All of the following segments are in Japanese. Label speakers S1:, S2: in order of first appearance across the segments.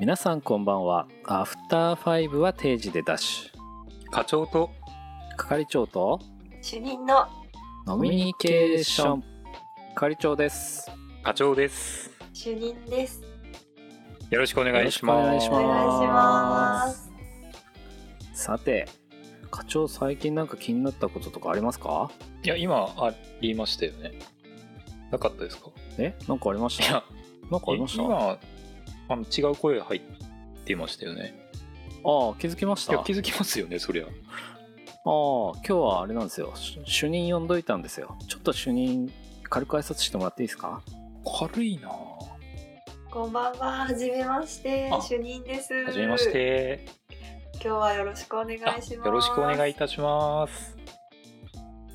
S1: 皆さんこんばんはアフターファイブは定時でダッシ
S2: 課長と
S1: ュ係長と
S3: 主任の
S1: ノミニケーション係長です
S2: 課長です
S3: 主任です。
S2: よろしくお願いしま
S1: よろし
S2: す
S1: く
S3: お願いします。
S1: さて課長最近なんか気になったこととかありますか
S2: いや今ありましたよねなかったですか
S1: えなんかありまし
S2: い
S1: た
S2: や
S1: なんかありましたあ
S2: 今あの違う声入ってましたよね
S1: あ気づきまし
S2: い
S1: た
S2: や
S1: ああ
S2: 気づきますよねそりゃ
S1: 今日はあれなんですよ主主任呼んどいたんですよちょっと主任軽く挨拶してもらっていいですか
S2: 軽いなぁ
S3: こんばんは。はじめまして
S2: あ。
S3: 主任です。
S2: はじめまし。て
S3: 今日はよろしくお願いし
S2: あ
S3: ます。
S2: よろしくお願いいたします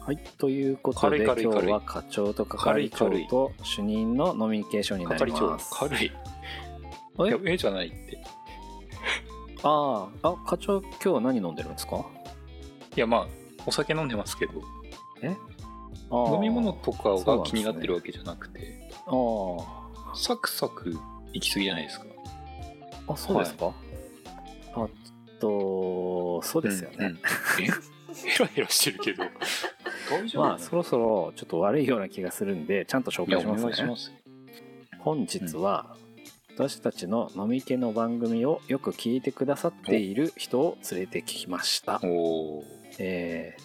S1: はいということで
S2: 軽い軽い
S1: 今
S2: 軽い
S1: 日は課長と係長
S2: 軽い
S1: と主任のノミニケーションになり
S2: 係長
S1: ます
S2: 軽い
S1: え
S2: いやえじゃないって
S1: あああ課長今日は何飲んでるんですか
S2: いやまあお酒飲んでますけど
S1: あー
S2: 飲み物とか
S1: そうなん
S2: が
S1: です
S2: 気
S1: ね
S2: になってるわけじゃなくて
S1: あ
S2: サクサク行き過ぎじゃないですか
S1: ああそうですか、あえっとそうですよね、
S2: うんうんえヘラヘラしてるけど。大
S1: まあそろそろちょっと悪いような気がするんでちゃんと紹
S2: いや
S1: 介
S2: お
S1: します
S2: 願
S1: ね
S2: いします。
S1: 本日は、私たちの飲み系の番組をよく聞いてくださっている人を連れてきました
S2: お、お
S1: えー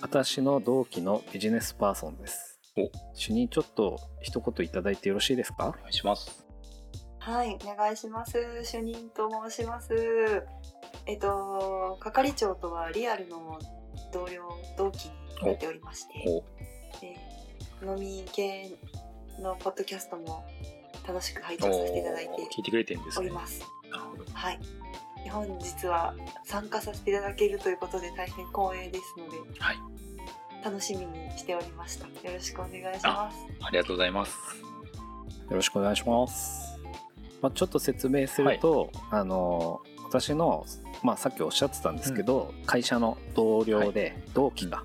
S1: 私の同期のビジネスパーソンです
S2: お
S1: 主任ちょっと一言いただいてよろしいですか
S2: 願いします。
S3: はい、お願いします。主任と申します。えっと係長とはリアルの同僚同期になっておりまして。
S2: お
S3: えー飲み系のポッドキャストも楽しく拝聴させていただいて
S2: 聞いてくれてるんです
S3: お
S2: ね。
S3: り
S2: な
S3: ます。
S2: るほど。
S3: はい。本日は参加させていただけるということで大変光栄ですので、
S2: はい
S3: 楽しみにしておりました。よろしくお願いします。
S2: ありがとうございます。
S1: よろしくお願いします。まあ、ちょっと説明すると、あの私の、まあ、さっきおっしゃってたんですけど、会社の同僚で、同期が、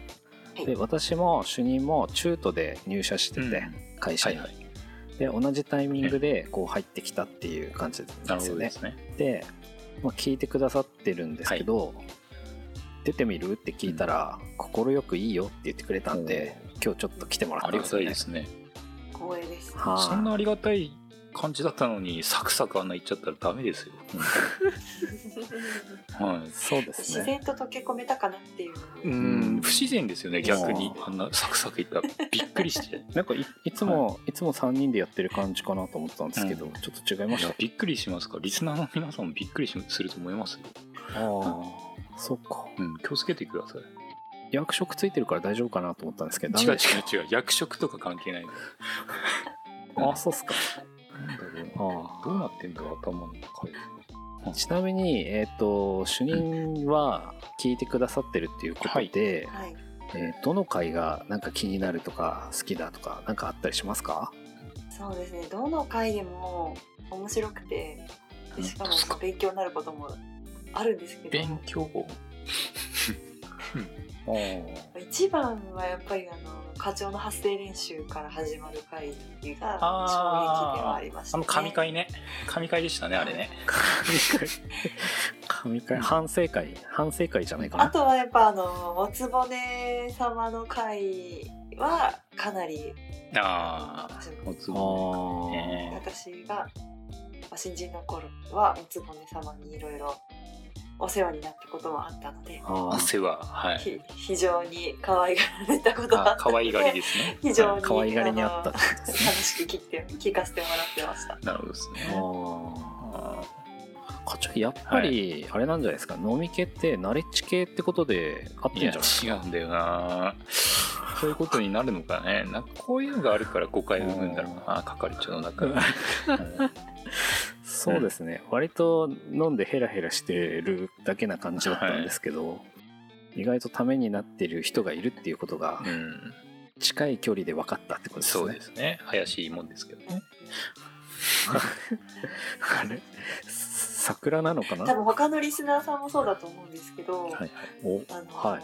S3: うん
S1: で私も主任も中途で入社してて、
S2: うん
S1: 会社
S2: はい
S1: に、
S2: はい。
S1: で同じタイミングでこう入ってきたっていう感じなん
S2: な
S1: で
S2: るほ
S1: す
S2: ど
S1: よ
S2: で
S1: ね。
S2: すね。
S1: で、まあ、聞いてくださってるんですけど、出てみるって聞いたら快、くいいよって言ってくれたんで、今日ちょっと来てもら
S2: あ
S1: ったん
S2: りが
S1: です
S2: た
S1: よ
S2: い
S1: ね
S2: で。すね。
S3: 光栄です。
S1: はい
S2: そんなありがたい感じだったのにサクサクあんな行っちゃったらダメですよ。はい。
S1: そうですね
S3: 自。然と溶け込めたかなっていう。
S2: う
S1: うん
S2: ん不自然ですよね逆に
S1: うん
S2: あんなサクサクいったらびっくりして
S1: なんかいいつも、い、つも3人でやってる感じかなと思ったんですけど、
S2: うん
S1: ちょっと違い
S2: い
S1: まし
S2: や
S1: た
S2: びっくりしますからリスナーの皆さんもびっくりしすると思いますよ、
S1: ああそっか
S2: うん、気をつけてください
S1: 役職ついてるから大丈夫かなと思ったんですけど
S2: 違う
S1: ダメでした
S2: 違う違う役職とか関係ないんだ
S1: あそうっすか
S2: なんだろうな
S1: あ
S2: どうなってんだろう頭の中で
S1: あちなみにえっ、と主任は聞いてくださってるっていうことで、
S3: はい。
S1: えーどの回がなんか気になるとか好きだとかなんかあったりしますか
S3: そうですね。どの回でも面白くて、でしか
S2: 本
S3: も
S2: 当っすか
S3: 勉強になることもあるんですけど、
S2: 勉強
S1: あ
S3: 一番はやっぱりあの課長の発声練習から始まる回が衝
S2: あー
S3: 撃ではありまし
S2: あ
S3: た、ね。
S2: の神回ね神回でしたねあれね
S1: 神回反省会反省会じゃないか
S3: あ
S1: な
S3: とはやっぱあのおつぼね様の会はかなり
S2: ああおつぼ
S1: あー
S2: ねね
S3: 私が新人の頃はおつぼね様にいろいろお世話になったこともあったので
S1: あー
S2: 汗ははい
S3: ひ非常に可愛がられたことがあ
S2: あ
S3: ったので
S2: 可愛がりですね
S3: 非常に
S1: 可愛がりにあった
S3: あの 楽しく聞いて聞かせてもらってました
S2: なるほどですね
S1: あー
S2: あ
S1: 課長やっぱりあれなんじゃないですか、飲み系ってナレッジ系ってことで合っ
S2: ー
S1: てんじゃ
S2: いや
S1: ないですか
S2: 違うんだよなそういうことになるのかねなんかこういうのがあるから誤解を生むんだろうな係長の 中で、うん
S1: そうですね、割と飲んでヘラヘラしてるだけな感じだったんですけど、意外とためになってる人がいるっていうことが
S2: うん、
S1: 近い距離で分かったってことですね
S2: そうですね怪しいもんですけどね
S1: あれ桜なのかな
S3: 多分他のリスナーさんもそうだと思うんですけど、
S2: はい
S1: お
S3: あの
S1: はい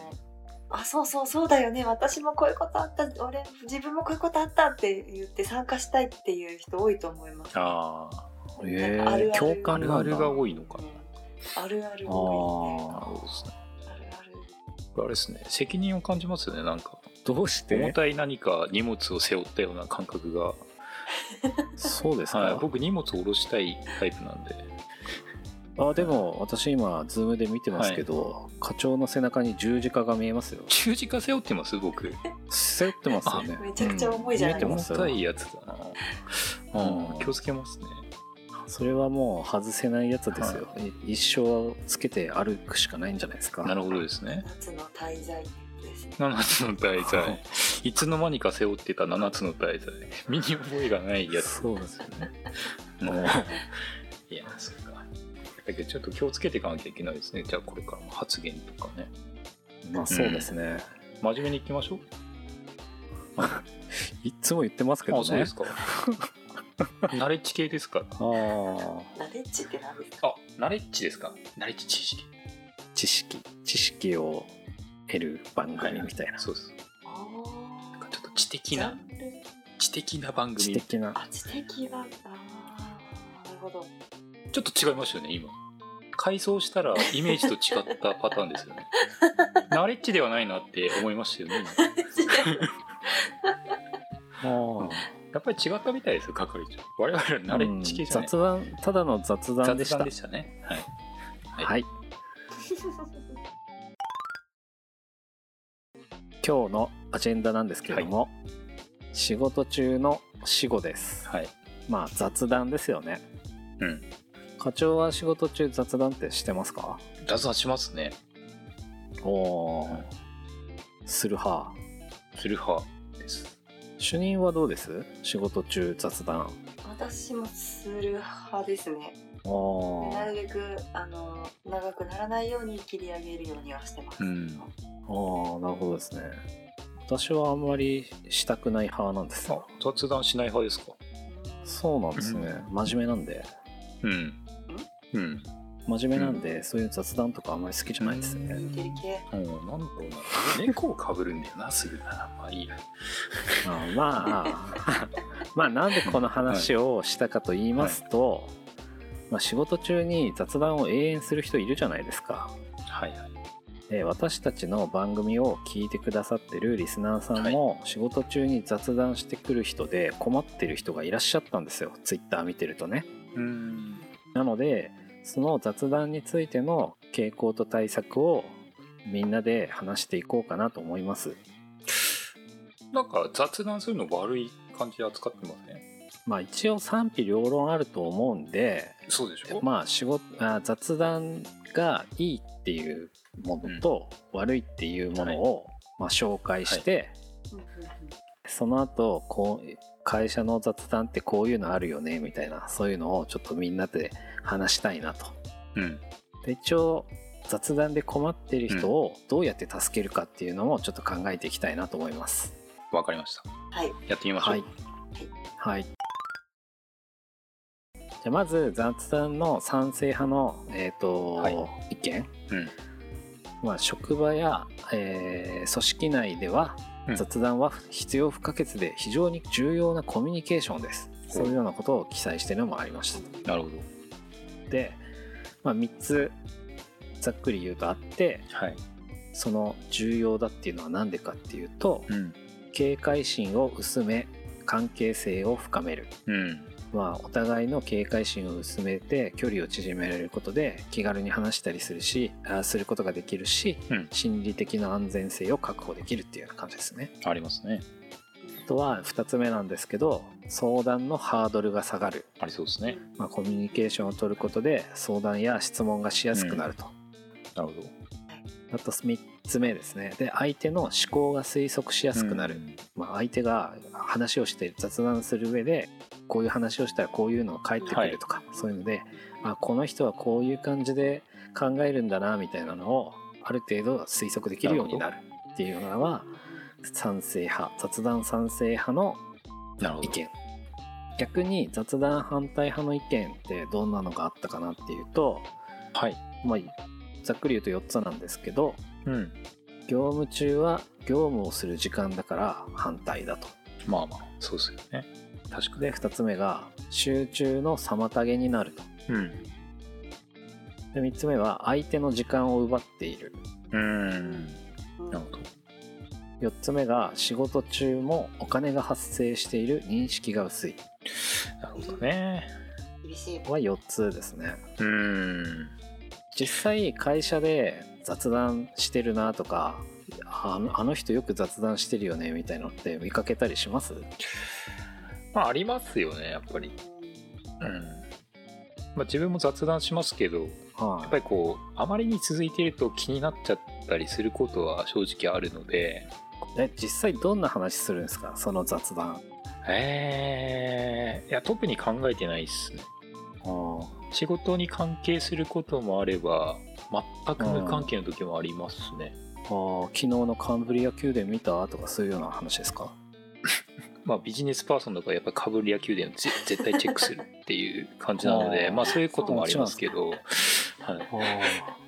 S3: あそうそうそうだよね私もこういうことあった俺自分もこういうことあったって言って参加したいっていう人多いと思います
S2: ああ
S1: え
S3: あるある
S1: 共
S2: あ
S1: 感
S2: る
S1: な
S2: あ
S1: んだ
S2: るが多いのか
S3: うんあるある多
S1: あ
S2: な
S1: あ
S2: るほどですね
S3: いねあるある
S2: これあれですね責任を感じますよねなんか
S1: どうし
S2: 重
S1: て
S2: たい何か荷物を背負ったような感覚が、
S1: そうですか、
S2: はい、僕荷物を下ろしたいタイプなんで
S1: あでも私今ズームで見てますけど、課長の背中に十字架が見えますよ
S2: 十字架背負ってます僕
S1: 背負ってますよね
S3: めちゃくちゃ重いじゃない
S1: うん見えて
S3: で
S1: ますす
S2: 重たいやつだな、
S1: う
S2: うんん、気をつけますね
S1: それはもう外せないやつですよ、い一生つけて歩くしかないんじゃないですか
S2: なるほどですね
S3: か。夏の滞在ですね。
S2: 7つの大 罪いつの間にか背負ってた7つの大罪身に覚えがないやつ
S1: そうですよね
S2: もういやそうかだけどちょっと気をつけていかなきゃいけないですねじゃあこれからも発言とかね
S1: まあそうですね、
S2: 真面目にいきましょう
S1: いつも言ってますけどね
S2: あそうですか ナレッジ系ですか
S1: あー
S3: ナレッジって何ですか
S2: あナレッジですかナレッジ知識
S1: 知識知識を得る番組みたいな、
S2: そうです
S3: あ
S2: な
S3: ー
S2: んかちょっと知的
S3: ジャ
S2: な
S3: ンル
S2: 知的な番
S1: 知
S2: 組
S1: 的な
S3: あ、知的は、あーなるほど。
S2: ちょっと違いましたよね今改装したらイメージと違ったパターンですよ ねナレッジではないなって思いましたよね
S1: あ
S2: 今
S1: ー
S2: やっぱり違ったみたいですよ係長我々はナレッジ系じゃない、
S1: 雑談ただの雑談でした
S2: 雑談でしたねはいはい
S1: はい今日のアジェンダなんですけれども、仕事中の死後です
S2: はい
S1: まあ雑談ですよね
S2: うん
S1: 課長は仕事中雑談ってしてますか
S2: 雑談しますね
S1: おおーする派
S2: する派です
S1: 主任はどうです仕事中雑談
S3: 私もする派ですね。
S1: おお
S3: なるべく、あの、長くならないように切り上げるようにはしてます。
S2: うん
S1: ああなるほどですね私はあんまりしたくない派なんです
S2: あ
S1: よ
S2: 雑談しない派ですか
S1: そうなんですね、真面目なんで
S2: うんうん
S1: 真面目なんで、そういう雑談とかあんまり好きじゃないですね、
S3: インテリ系。
S2: もうなんだろうな猫をかぶるんだよなすぐなまあいいや
S1: あーまあまあなんでこの話をしたかと言いますと、まあ、仕事中に雑談を永遠する人いるじゃないですか
S2: はいはい
S1: で私たちの番組を聞いてくださってるリスナーさんも仕事中に雑談してくる人で困ってる人がいらっしゃったんですよツイッター見てるとね
S2: うん
S1: なのでその雑談についての傾向と対策をみんなで話していこうかなと思います
S2: なんか雑談するの悪い感じで扱ってません
S1: まあ一応賛否両論あると思うんで
S2: そうでしょ
S1: まあ仕事あ雑談がいいっていうものと悪いっていうものを、まあ、紹介して、
S3: うんうんう
S1: その後こう会社の雑談ってこういうのあるよねみたいなそういうのをちょっとみんなで話したいなと。
S2: うん
S1: で一応雑談で困ってる人をどうやって助けるかっていうのもちょっと考えていきたいなと思います。
S2: わかりました
S3: んはい。
S2: やってみましょう
S1: はい、はい、じゃあまず雑談の賛成派の、えーと
S2: はい
S1: 意見、
S2: うん
S1: まあ、職場や、えー組織内では
S2: うん
S1: 雑談は必要不可欠で非常に重要なコミュニケーションです、そういうようなことを記載しているのもありました
S2: なるほど
S1: で、まあ、3つざっくり言うとあって
S2: はい
S1: その重要だっていうのは何でかっていうと
S2: うん
S1: 警戒心を薄め関係性を深める
S2: うん
S1: まあ、お互いの警戒心を薄めて距離を縮められることで気軽に話したりするしあすることができるし、
S2: うん
S1: 心理的な安全性を確保できるっていうような感じですね。
S2: ありますね
S1: あとは2つ目なんですけど相談のハードルが下がる、
S2: ありそうですね
S1: まあ、コミュニケーションを取ることで相談や質問がしやすくなると、
S2: なるほど
S1: あと3つ目ですねで相手の思考が推測しやすくなる、
S2: うん
S1: まあ、相手が話をして雑談する上でこういう話をしたらこういうのが返ってくるとか、そういうのであこの人はこういう感じで考えるんだなみたいなのをある程度推測できるようになるっていうのは賛成派雑談賛成派の
S2: なるほ
S1: 意
S2: ど
S1: 見逆に雑談反対派の意見ってどんなのがあったかなっていうと、
S2: はい
S1: まあ、ざっくり言うと4つなんですけど
S2: うん
S1: 業務中は業務をする時間だから反対だと。
S2: まあまあそうですよね確かに
S1: で2つ目が集中の妨げになると
S2: うん
S1: で3つ目は相手の時間を奪っている
S2: うん
S3: うん
S2: なるほど
S1: 4つ目が仕事中もお金が発生している認識が薄い
S2: なるほどね
S3: 厳しい。
S1: は4つですね
S2: うん
S1: 実際会社で雑談してるなとかああのあの人よく雑談してるよねみたいなのって見かけたりします
S2: まあありますよねやっぱりうんまあ自分も雑談しますけどやっ
S1: は
S2: ぱりこうあまりに続いていると気になっちゃったりすることは正直あるので
S1: い、え実際どんな話するんですかその雑談
S2: えーいや特に考えてないっすね仕事に関係することもあれば全く無関係の時もありますね、
S1: あー昨日のカンブリア宮殿見たとかそういうような話ですか
S2: まあ、ビジネスパーソンだからやっぱりカブリア宮殿をぜ絶対チェックするっていう感じなの
S1: あ
S2: で
S1: ー
S2: まあそういうこともありますけど、はい、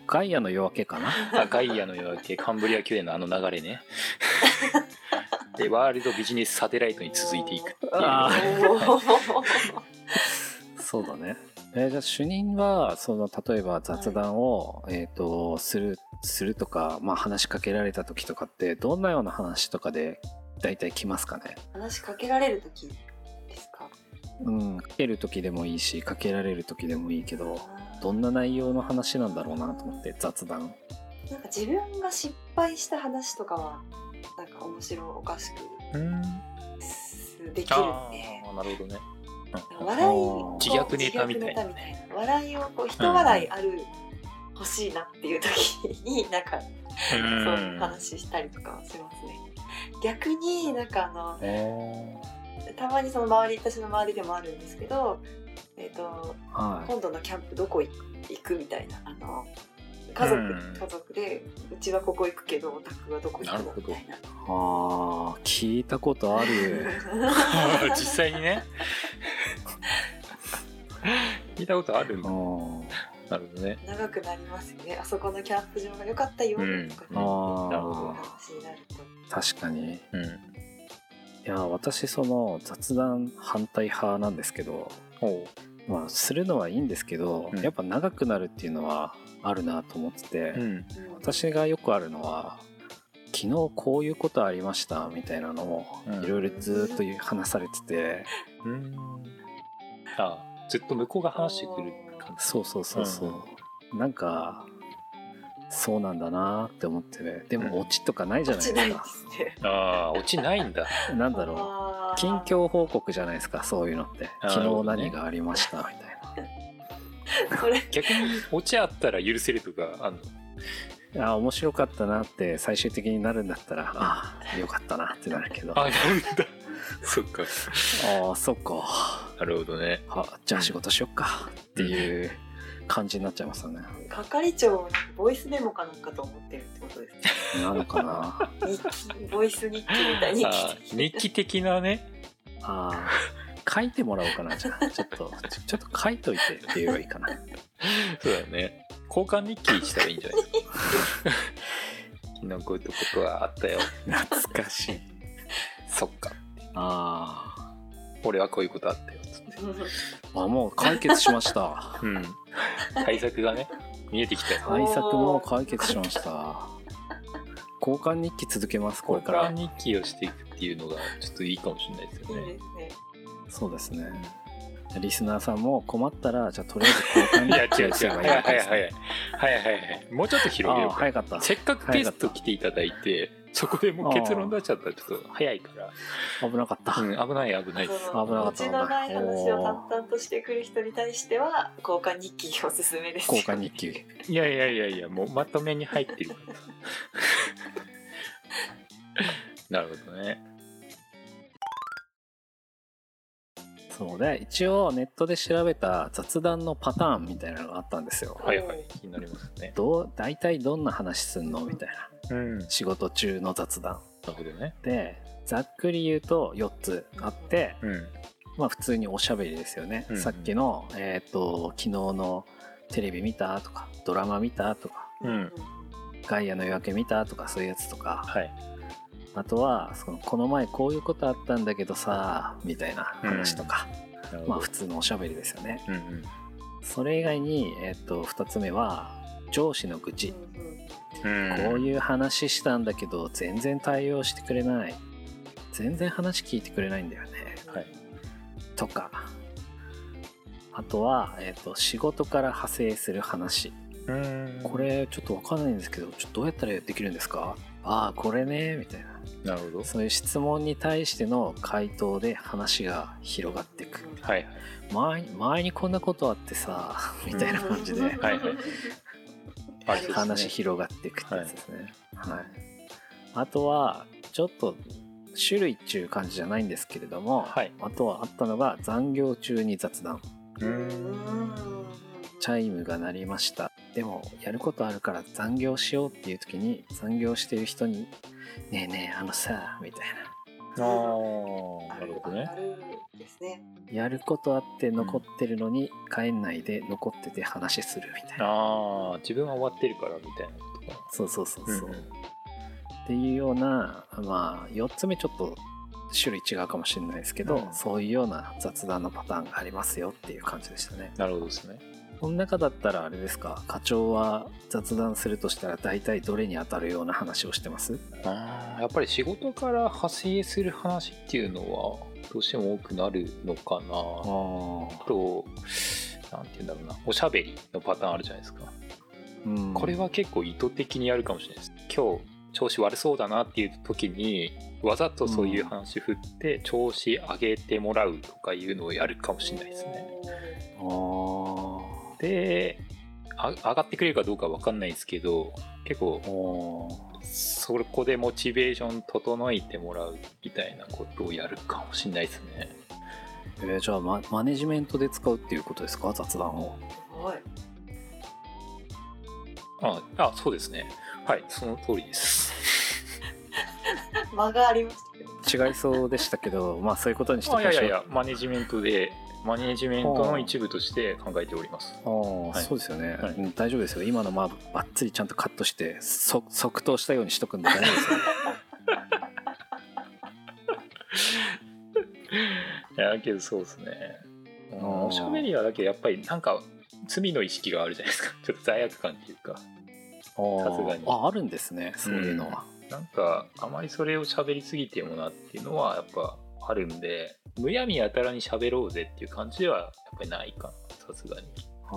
S1: ガイアの夜明けかな
S2: あガイアの夜明けカンブリア宮殿のあの流れ ねでワールドビジネスサテライトに続いていくっていう
S1: あ
S3: おー
S1: そうだね。えーじゃあ主任はその例えば雑談を、えっ、とするするとか、まあ話しかけられた時とかってどんなような話とかで大体来ますかね。
S3: 話しかけられる時ですか。
S1: うん、かける時でもいいし、かけられる時でもいいけど、ど
S3: なん
S1: な内容の話なんだろうなと思って雑談。
S3: んか自分が失敗した話とかはなんか面白おかしく
S2: うん
S3: すできるん
S2: あ
S3: で。
S2: あなるほどね
S3: 笑い
S1: あ
S3: を
S1: ー
S2: 自虐ネタみたいな
S3: 自虐ネタみたいな笑いをこう人笑いある、欲しいなっていう時になんか
S2: う
S3: そうんいう話したりとかはしますね逆になんかあのたまにその周り私の周りでもあるんですけど、えっと
S1: はい。
S3: 今度のキャンプどこ行くみたいなあの家族、
S2: うん
S3: 家族でうちはここ行くけどお宅はどこ行くのみたいな
S1: ああ聞いたことあ る。
S2: 実際にね聞いたことあるん
S1: う
S2: だ
S1: ん。
S2: なるほどね
S3: 長くなりますよねあそこのキャンプ場が良かったよとか、
S2: う
S1: あ
S2: ん
S1: ー
S2: なるほど
S3: 話になると
S1: 確かに。
S2: うん
S1: いや私その雑談反対派なんですけど。
S2: おう
S1: まあ、するのはいいんですけど、
S2: うん
S1: やっぱ長くなるっていうのはあるなと思ってて、
S2: うん
S3: うん
S1: 私がよくあるのは「昨日こういうことありました」みたいなのを
S2: うん
S1: いろいろずっと話されてて、
S2: うんあずっと向こうが話してくる感じ
S1: そうそうそうそう、なんかそうなんだなって思ってねでも
S2: うん
S1: オチとかないじゃ
S3: 落
S1: ない
S3: ち
S1: で
S3: な
S1: す
S3: いで
S1: か、
S3: すね
S2: ああ落ちないんだ
S1: なんだろう
S3: あー
S1: 近況報告じゃないですかそういうのって
S2: あー
S1: 昨日
S2: なるほどね
S1: 何がありましたみたいな。
S3: それ
S2: 逆に落ちあったら許せるとかあんの
S1: あ面白かったなって最終的になるんだったらああよかったなってなるけど
S2: あなんだそっか
S1: ああそっか
S2: なるほどね
S1: あじゃあ仕事しよっかっていう感じになっちゃいますよね
S3: 係長はボイスメモかなんかと思ってるってことですね
S1: なのかな
S3: 日記ボイス日記みたいに
S2: あー日記的なね
S1: ああ書いてもらおうかなじゃあちょっとちょちょっと書いといてっていうよりかな
S2: そうだよね交換日記したらいいんじゃないですか昨日こういったことはあったよ
S1: 懐かしい
S2: そっか
S1: あ
S2: 俺はこういうことあったよつって
S1: ああもう解決しました
S2: うん対策がね見えてきたよ
S1: 対策も解決しました交換日記続けますこれから
S2: 交換日記をしていくっていうのがちょっといいかもしれないですよ
S3: いい
S2: ね
S3: ですね
S1: そうですねリスナーさんも困ったらじゃあとりあえず
S2: いや
S1: 交換日記
S2: 違う違
S1: をすれ
S2: う
S1: ばいい
S2: 早
S1: わ
S2: い
S1: け
S2: 早
S1: で
S2: い
S1: すね
S2: 早い早い早い早いもうちょっと広げ
S1: あ
S2: よ
S1: あ
S2: うか
S1: 早かった
S2: せっかくゲスト来ていただいてそこでもう結論出しちゃったらちょっと早いから、
S1: 危なかった、
S2: うん、危ない危ないです
S3: その
S1: 危なかった
S3: オチのない話を淡々としてくる人に対しては交換日記おすすめです
S1: 交換日記
S2: いやいやいやいやもうまとめに入 ってるからさなるほどね
S1: そうで一応ネットで調べた雑談のパターンみたいなのがあったんですよ
S2: はいはい気になりますね
S1: どう大体どんな話すんのみたいな
S2: うんな
S1: 仕事中の雑談
S2: るほどね
S1: でざっくり言うと4つあって
S2: うん
S1: まあ普通におしゃべりですよね、
S2: うんうん
S1: さっきのえっ、と昨日のテレビ見たとかドラマ見たとか
S2: うん
S1: ガイアの夜明け見たとかそういうやつとか
S2: はい
S1: あとはそのこの前こういうことあったんだけどさみたいな話とか、まあ普通のおしゃべりですよね
S2: うんうん
S1: それ以外に、えっと2つ目は上司の愚痴、こういう話したんだけど全然対応してくれない全然話聞いてくれないんだよね
S2: はい
S1: とかあとは、えっと仕事から派生する話
S2: うん
S1: これちょっと分かんないんですけどちょっとどうやったらできるんですかああこれねみたいな
S2: なるほど
S1: そういう質問に対しての回答で話が広がっていく
S2: はいは
S1: 前
S2: い
S1: に前にこんなことあってさみたいな感じで、
S2: はいはい
S3: ありそうですね
S1: 話広がっていくってやつですね、はいあとはちょっと種類っていう感じじゃないんですけれども、
S2: はい
S1: あとはあったのが残業中に雑談チャイムが鳴りましたでもやることあるから残業しようっていう時に残業してる人に「ねえねえあのさ」みたいな
S2: ああなるほどね
S3: あるですね。
S1: やることあって残ってるのに帰んないで残ってて話するみたいな、
S2: ああ自分は終わってるからみたいなことか
S1: そうそうそうそう、
S2: うんうん
S1: っていうようなまあ4つ目ちょっと種類違うかもしれないですけど、
S2: うん
S1: そういうような雑談のパターンがありますよっていう感じでしたね
S2: なるほどですね
S1: この中だったらあれですか課長は雑談するとしたら大体どれに当たるような話をしてます
S2: あーやっぱり仕事から派生する話っていうのはどうしても多くなるのかなあとなんて言うんだろうなおしゃべりのパターンあるじゃないですか
S1: うん
S2: これは結構意図的にやるかもしれないです今日調子悪そうだなっていう時にわざとそういう話振って調子上げてもらうとかいうのをやるかもしれないですね
S1: あー
S2: であ上がってくれるかどうかわかんないですけど結構
S1: あ
S2: そこでモチベーション整えてもらうみたいなことをやるかもしれないですね
S1: ー、えーじゃあママネジメントで使うっていうことですか雑談を
S3: はい。
S2: ああそうですねはいその通りです
S3: 間がありましたけど。
S1: 違いそうでしたけどまあそういうことにして
S2: あい
S1: きま
S2: やい
S1: しょ
S2: や
S1: う
S2: いやマネジメントでマネジメントの一部として考えております
S1: あー
S2: はい
S1: そうですよね、
S2: はい
S1: うん大丈夫ですよ今のまあばっつりちゃんとカットしてそ即答したようにしとくんで大丈夫ですよ
S2: いやだけどそうですねうん
S1: あー
S2: おしゃべりはだけどやっぱりなんか罪の意識があるじゃないですかちょっと罪悪感っていうか
S1: あー
S2: さすがに
S1: ああるんですねそういうのは、
S2: なんかあまりそれを喋りすぎてもなっていうのはやっぱあるんでむやみやたらに喋ろうぜっていう感じではやっぱりないかなさすがに、
S1: ああ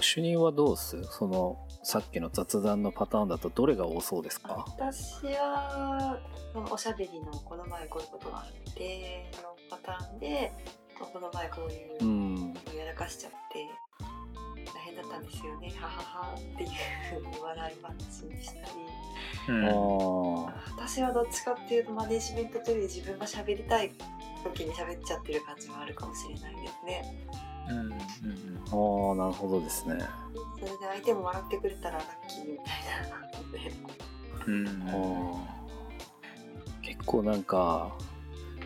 S1: 主任はどうっすそのさっきの雑談のパターンだとどれが多そうですか
S3: 私はそのおしゃべりのこの前こういうことがあってのパターンでこの前こういう
S1: う
S3: の
S1: ん
S3: をやらかしちゃって大変だったんですよねはははっていう笑い話にしたり
S2: うん
S1: あ
S2: あ
S1: ー
S3: 私はどっちかっていうとマネジメントというより自分がしゃべりたい時に喋っちゃってる感じはあるかもしれないですね
S2: うんうん
S1: あーなるほどですね
S3: それで相手も笑ってくれたらラッキーみたいなので
S2: うん
S1: あー結構なんか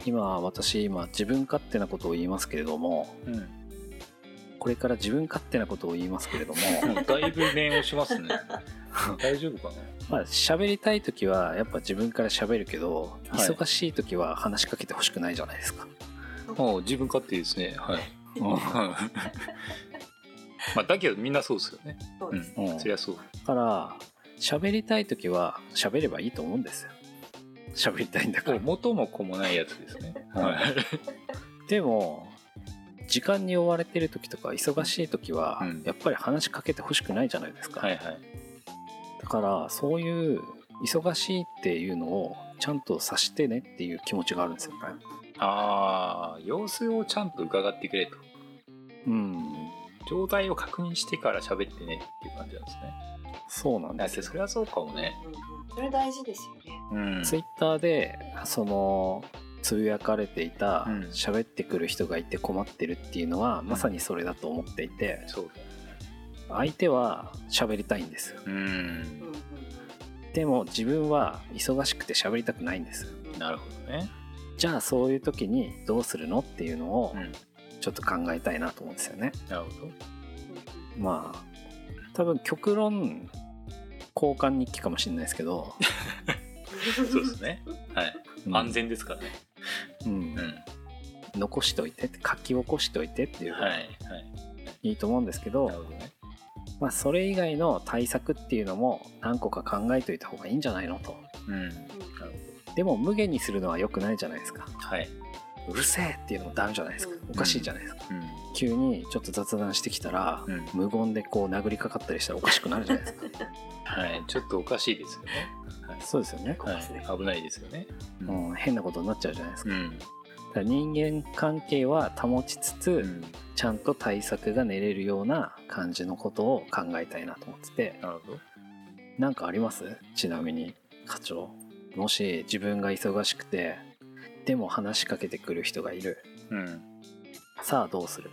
S1: 今私今自分勝手なことを言いますけれども
S2: うん
S1: これから自分勝手なことを言いますけれども
S2: うんだいぶ念をしますね大丈夫かな
S1: まあ喋りたい時はやっぱ自分から喋るけど、
S2: はい
S1: 忙しい時は話しかけてほしくないじゃないですか。
S2: お自分勝手ですねはい
S1: う
S2: まあだけどみんなそうですよね
S3: そうですね、
S1: ん、
S2: そりゃそう
S1: だから喋りたい時は喋ればいいと思うんですよ喋りたいんだから
S2: 元も子もないやつですね
S1: はい
S2: はい
S1: でも時間に追われてる時とか忙しい時は、
S2: うん
S1: やっぱり話しかけてほしくないじゃないですか、
S2: はいはい
S1: だからそういう忙しいっていうのをちゃんと察してねっていう気持ちがあるんですよね
S2: ああ様子をちゃんと伺ってくれと
S1: うん
S2: 状態を確認してから喋ってねっていう感じなんですね
S1: そうなん
S2: だ
S1: で
S2: け
S1: す
S2: ど
S1: よ
S2: それはそうかもね
S3: うんうんそれ大事ですよね
S2: うん
S1: ツイッターでそのつぶやかれていた
S2: うん
S1: 喋、ってくる人がいて困ってるっていうのはまさにそれだと思っていて
S2: そうだ
S1: 相手は喋りたいんですよ
S2: うん
S3: う
S1: でも自分は忙しくて喋りたくないんです
S3: んうんうん
S2: なるほどね
S1: じゃあそういう時にどうするのっていうのを
S2: うん
S1: ちょっと考えたいなと思うんですよね、
S2: なるほど
S1: まあ 多分極論交換日記かもしれないですけど
S2: そうですね。はい。
S1: うん
S2: 安全ですからね。
S1: うん
S2: うん。
S1: 残しといて書き起こしといてっていうの
S2: はい。
S1: が
S2: はい。
S1: いいと思うんですけど、
S2: なるほどね。
S1: まあ、それ以外の対策っていうのも何個か考えといた方がいいんじゃないのと
S2: うん。な
S3: うん
S2: る
S1: でも無限にするのは良くないじゃないですか
S2: ほど。はい。
S1: うるせえっていうのもダメじゃないですか
S3: うん
S1: おかしいじゃないですか、
S2: う
S1: 急にちょっと雑談してきたら、
S2: ん。うん。
S1: 無言でこう殴りかかったりしたらおかしくなるじゃないです か
S2: はい。ちょっとおかしいですよね。
S1: そうですよね、
S2: はい。危ないですよね。う
S1: うん、変なことになっちゃうじゃないですか,、
S2: ん。
S1: だから人間関係は保ちつつ、
S2: うん。
S1: ちゃんと対策が練れるような感じのことを考えたいなと思ってて
S2: なるほど。
S1: なんかありますちなみに課長もし自分が忙しくてでも話しかけてくる人がいる
S2: うん。
S1: さあどうする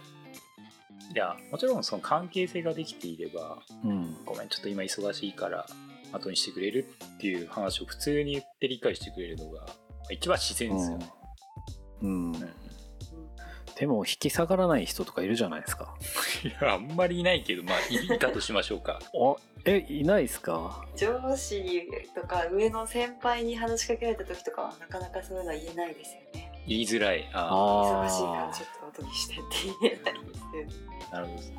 S2: いや、もちろんその関係性ができていれば、
S1: うん
S2: ごめん、ちょっと今忙しいから、後にしてくれるっていう話を普通に言って理解してくれるのが、一番自然ですよね。
S1: うん、
S2: うん。
S1: でも引き下がらない人とかいるじゃないですか
S2: いや、あんまりいないけど、まあ、いたとしましょうか。
S1: あえいないですか
S3: 上司とか上の先輩に話しかけられた時とかはなかなかそういうのは言えないですよね
S2: 言いづらい。あ
S1: あー
S3: 忙しいからちょっと後にしてって言えないですよね
S2: あ、なるほどですね。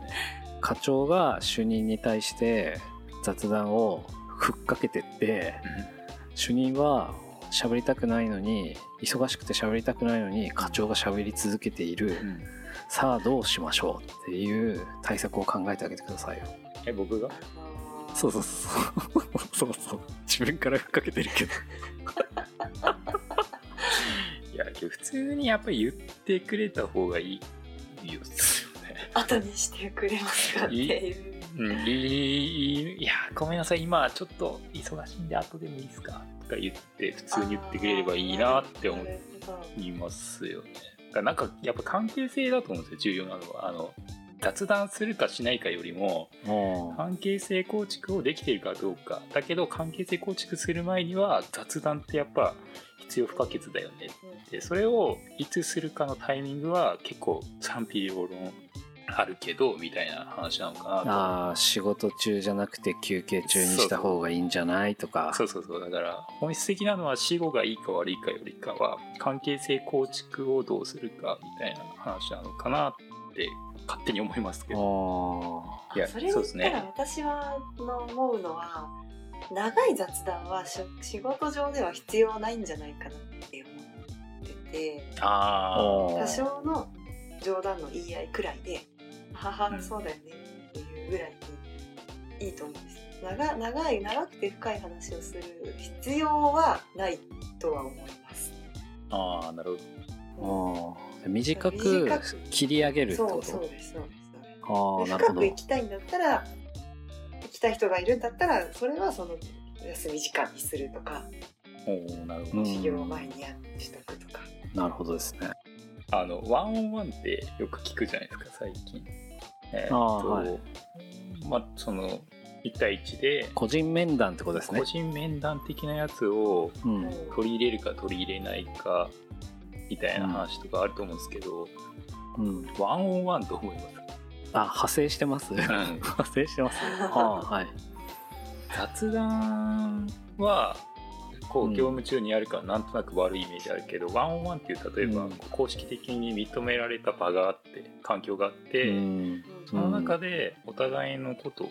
S1: 課長が主任に対して雑談をふっかけてって主任は喋りたくないのに忙しくて喋りたくないのに課長が喋り続けている、
S2: うん。
S1: さあどうしましょうっていう対策を考えてあげてくださいよ
S2: え、僕が
S3: あのー
S1: そうそうそうそうそうそう自分からふっかけてるけど
S2: いや、普通にやっぱり言ってくれた方がいい。いいよ。
S3: 後にしてくれますかっていう
S2: うん、いいいやごめんなさい今ちょっと忙しいんで後でもいいですかとか言って普通に言ってくれればいいなって思
S3: あーなるほど
S2: いますよねだからなんかやっぱ関係性だと思うんですよ重要なのはあの雑談するかしないかよりも関係性構築をできているかどうかだけど関係性構築する前には雑談ってやっぱ必要不可欠だよねでそれをいつするかのタイミングは結構賛否両論あるけどみたいな話なのかな
S1: あー仕事中じゃなくて休憩中にした方がいいんじゃないとか
S2: とそうそうそうだから本質的なのは死後がいいか悪いかよりかは関係性構築をどうするかみたいな話なのかなって勝手に思いますけど
S1: あ
S2: いや
S3: それ
S2: そ
S3: を
S2: う
S3: 言
S2: で
S3: っ
S2: す
S3: た
S2: ね
S3: ら私はの思うのは長い雑談はし仕事上では必要ないんじゃないかなって思ってて
S1: ー
S2: あ
S1: あ
S3: 多
S1: ー
S3: 少の冗談の言い合いくらいで「はは
S2: うん
S3: そうだよね」っていうぐらいでいいと思うんです長長い長くて深い話をする必要はないとは思います
S2: ーあーなるほど
S1: あー短く
S3: 短く
S1: 切り上げるって
S3: そ
S1: こ
S3: うそう
S1: と
S3: ですそうですそうです
S1: ああなる
S3: 深
S1: ほど
S3: く行きたいんだったら行きたい人がいるんだったらそれはその休み時間にするとか
S2: おおなるほど、
S1: うん
S3: 授業前にやっしとくとか、
S1: なるほどですね
S2: あのワンオンワンってよく聞くじゃないですか最近えーっと
S1: あーはい
S2: まあその1対1で
S1: 個人面談ってことですね
S2: 個人面談的なやつを
S1: うん
S3: うん
S2: 取り入れるか取り入れないかみたいな話とかあると思うんですけど、
S1: うん
S2: ワンオンワンと思います
S1: あ派生してます 派 生して ますああはい
S2: 雑談はこ
S1: うん
S2: う業務中にやるからなんとなく悪いイメージあるけど、ワンオンワンっていう例えば
S1: うん
S2: こう公式的に認められた場があって環境があって、
S1: うん
S2: その中でお互いのことを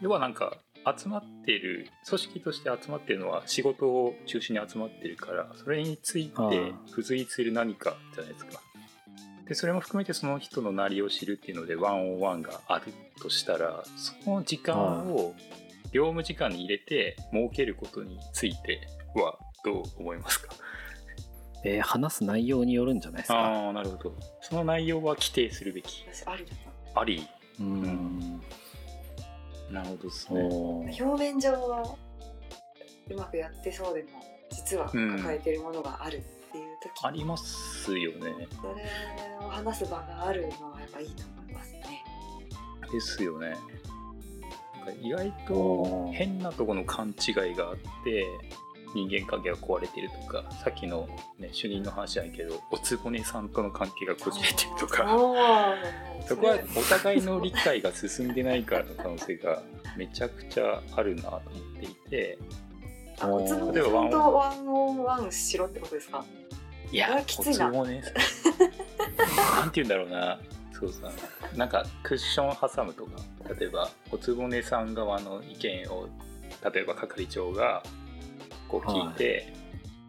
S2: 要はなんか集まってる組織として集まってるのは仕事を中心に集まってるからそれについて
S1: ああ
S2: 付随する何かじゃないですか。でそれも含めてその人のなりを知るっていうのでワンオンワンがあるとしたらその時間を業務時間に入れて設けることについてはどう思いますか
S1: えー話す内容によるんじゃないですか
S2: ああなるほどその内容は規定するべき
S3: 私ありだな
S2: あり
S1: うん
S2: なるほどです
S1: おー
S3: 表面上はうまくやってそうでも実は抱えてるものがあるっていう時、
S2: ありますよね
S3: それを話す場があるのはやっぱいいと思いますね。
S2: ですよねなんか意外と変なとこの勘違いがあって人間関係が壊れてるとかさっきの、ね、主任の話じゃないけどおつぼねさんとの関係がこじれてるとか
S3: おー
S2: そこはお互いの理解が進んでないからの可能性がめちゃくちゃあるなと思っていて
S3: あおつぼね
S2: 例え
S3: さ
S2: ばワンオ
S3: ん
S2: ン
S3: とワンオンワンしろってことですか
S2: い
S3: これ
S2: や
S3: はきついな
S2: おつぼねなんて言うんだろうなそうさなんかクッション挟むとか例えばおつぼねさん側の意見を例えば係長がこう聞いて、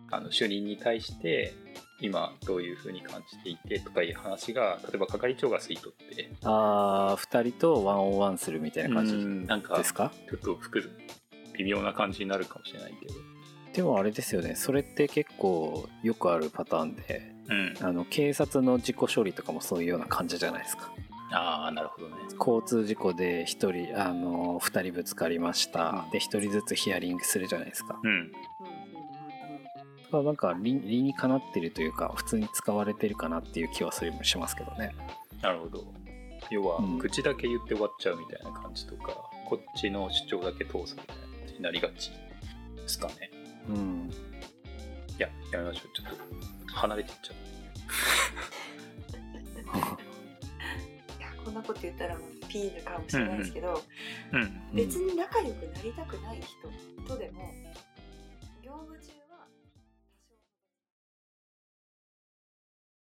S2: あの主任に対して今どういうふうに感じていてとかいう話が例えば係長が吸い取って
S1: ああ2人とワンオンワンするみたいな感
S2: う
S1: じ
S2: んなんか
S1: ですか
S2: ちょっと複雑微妙な感じになるかもしれないけど、
S1: でもあれですよねそれって結構よくあるパターンで
S2: うん、
S1: あの警察の事故処理とかもそういうような感じじゃないですか
S2: ああなるほどね
S1: 交通事故で1人あの2人ぶつかりました、
S2: うん
S1: で1人ずつヒアリングするじゃないですか
S2: うん
S3: うんうんうんうん
S1: まあなんか理理にかなってるというか普通に使われてるかなっていう気はするしますけどね
S2: なるほど要は
S1: うん
S2: 口だけ言って終わっちゃうみたいな感じとか、こっちの主張だけ通すみたいな感じになりがちですかね
S1: うん
S2: いややめましょうちょっと離れていっちゃう
S3: いやこんなこと言ったらもうピーヌかもしれないですけど、
S2: うん
S3: 別に仲良くなりたくない人とでも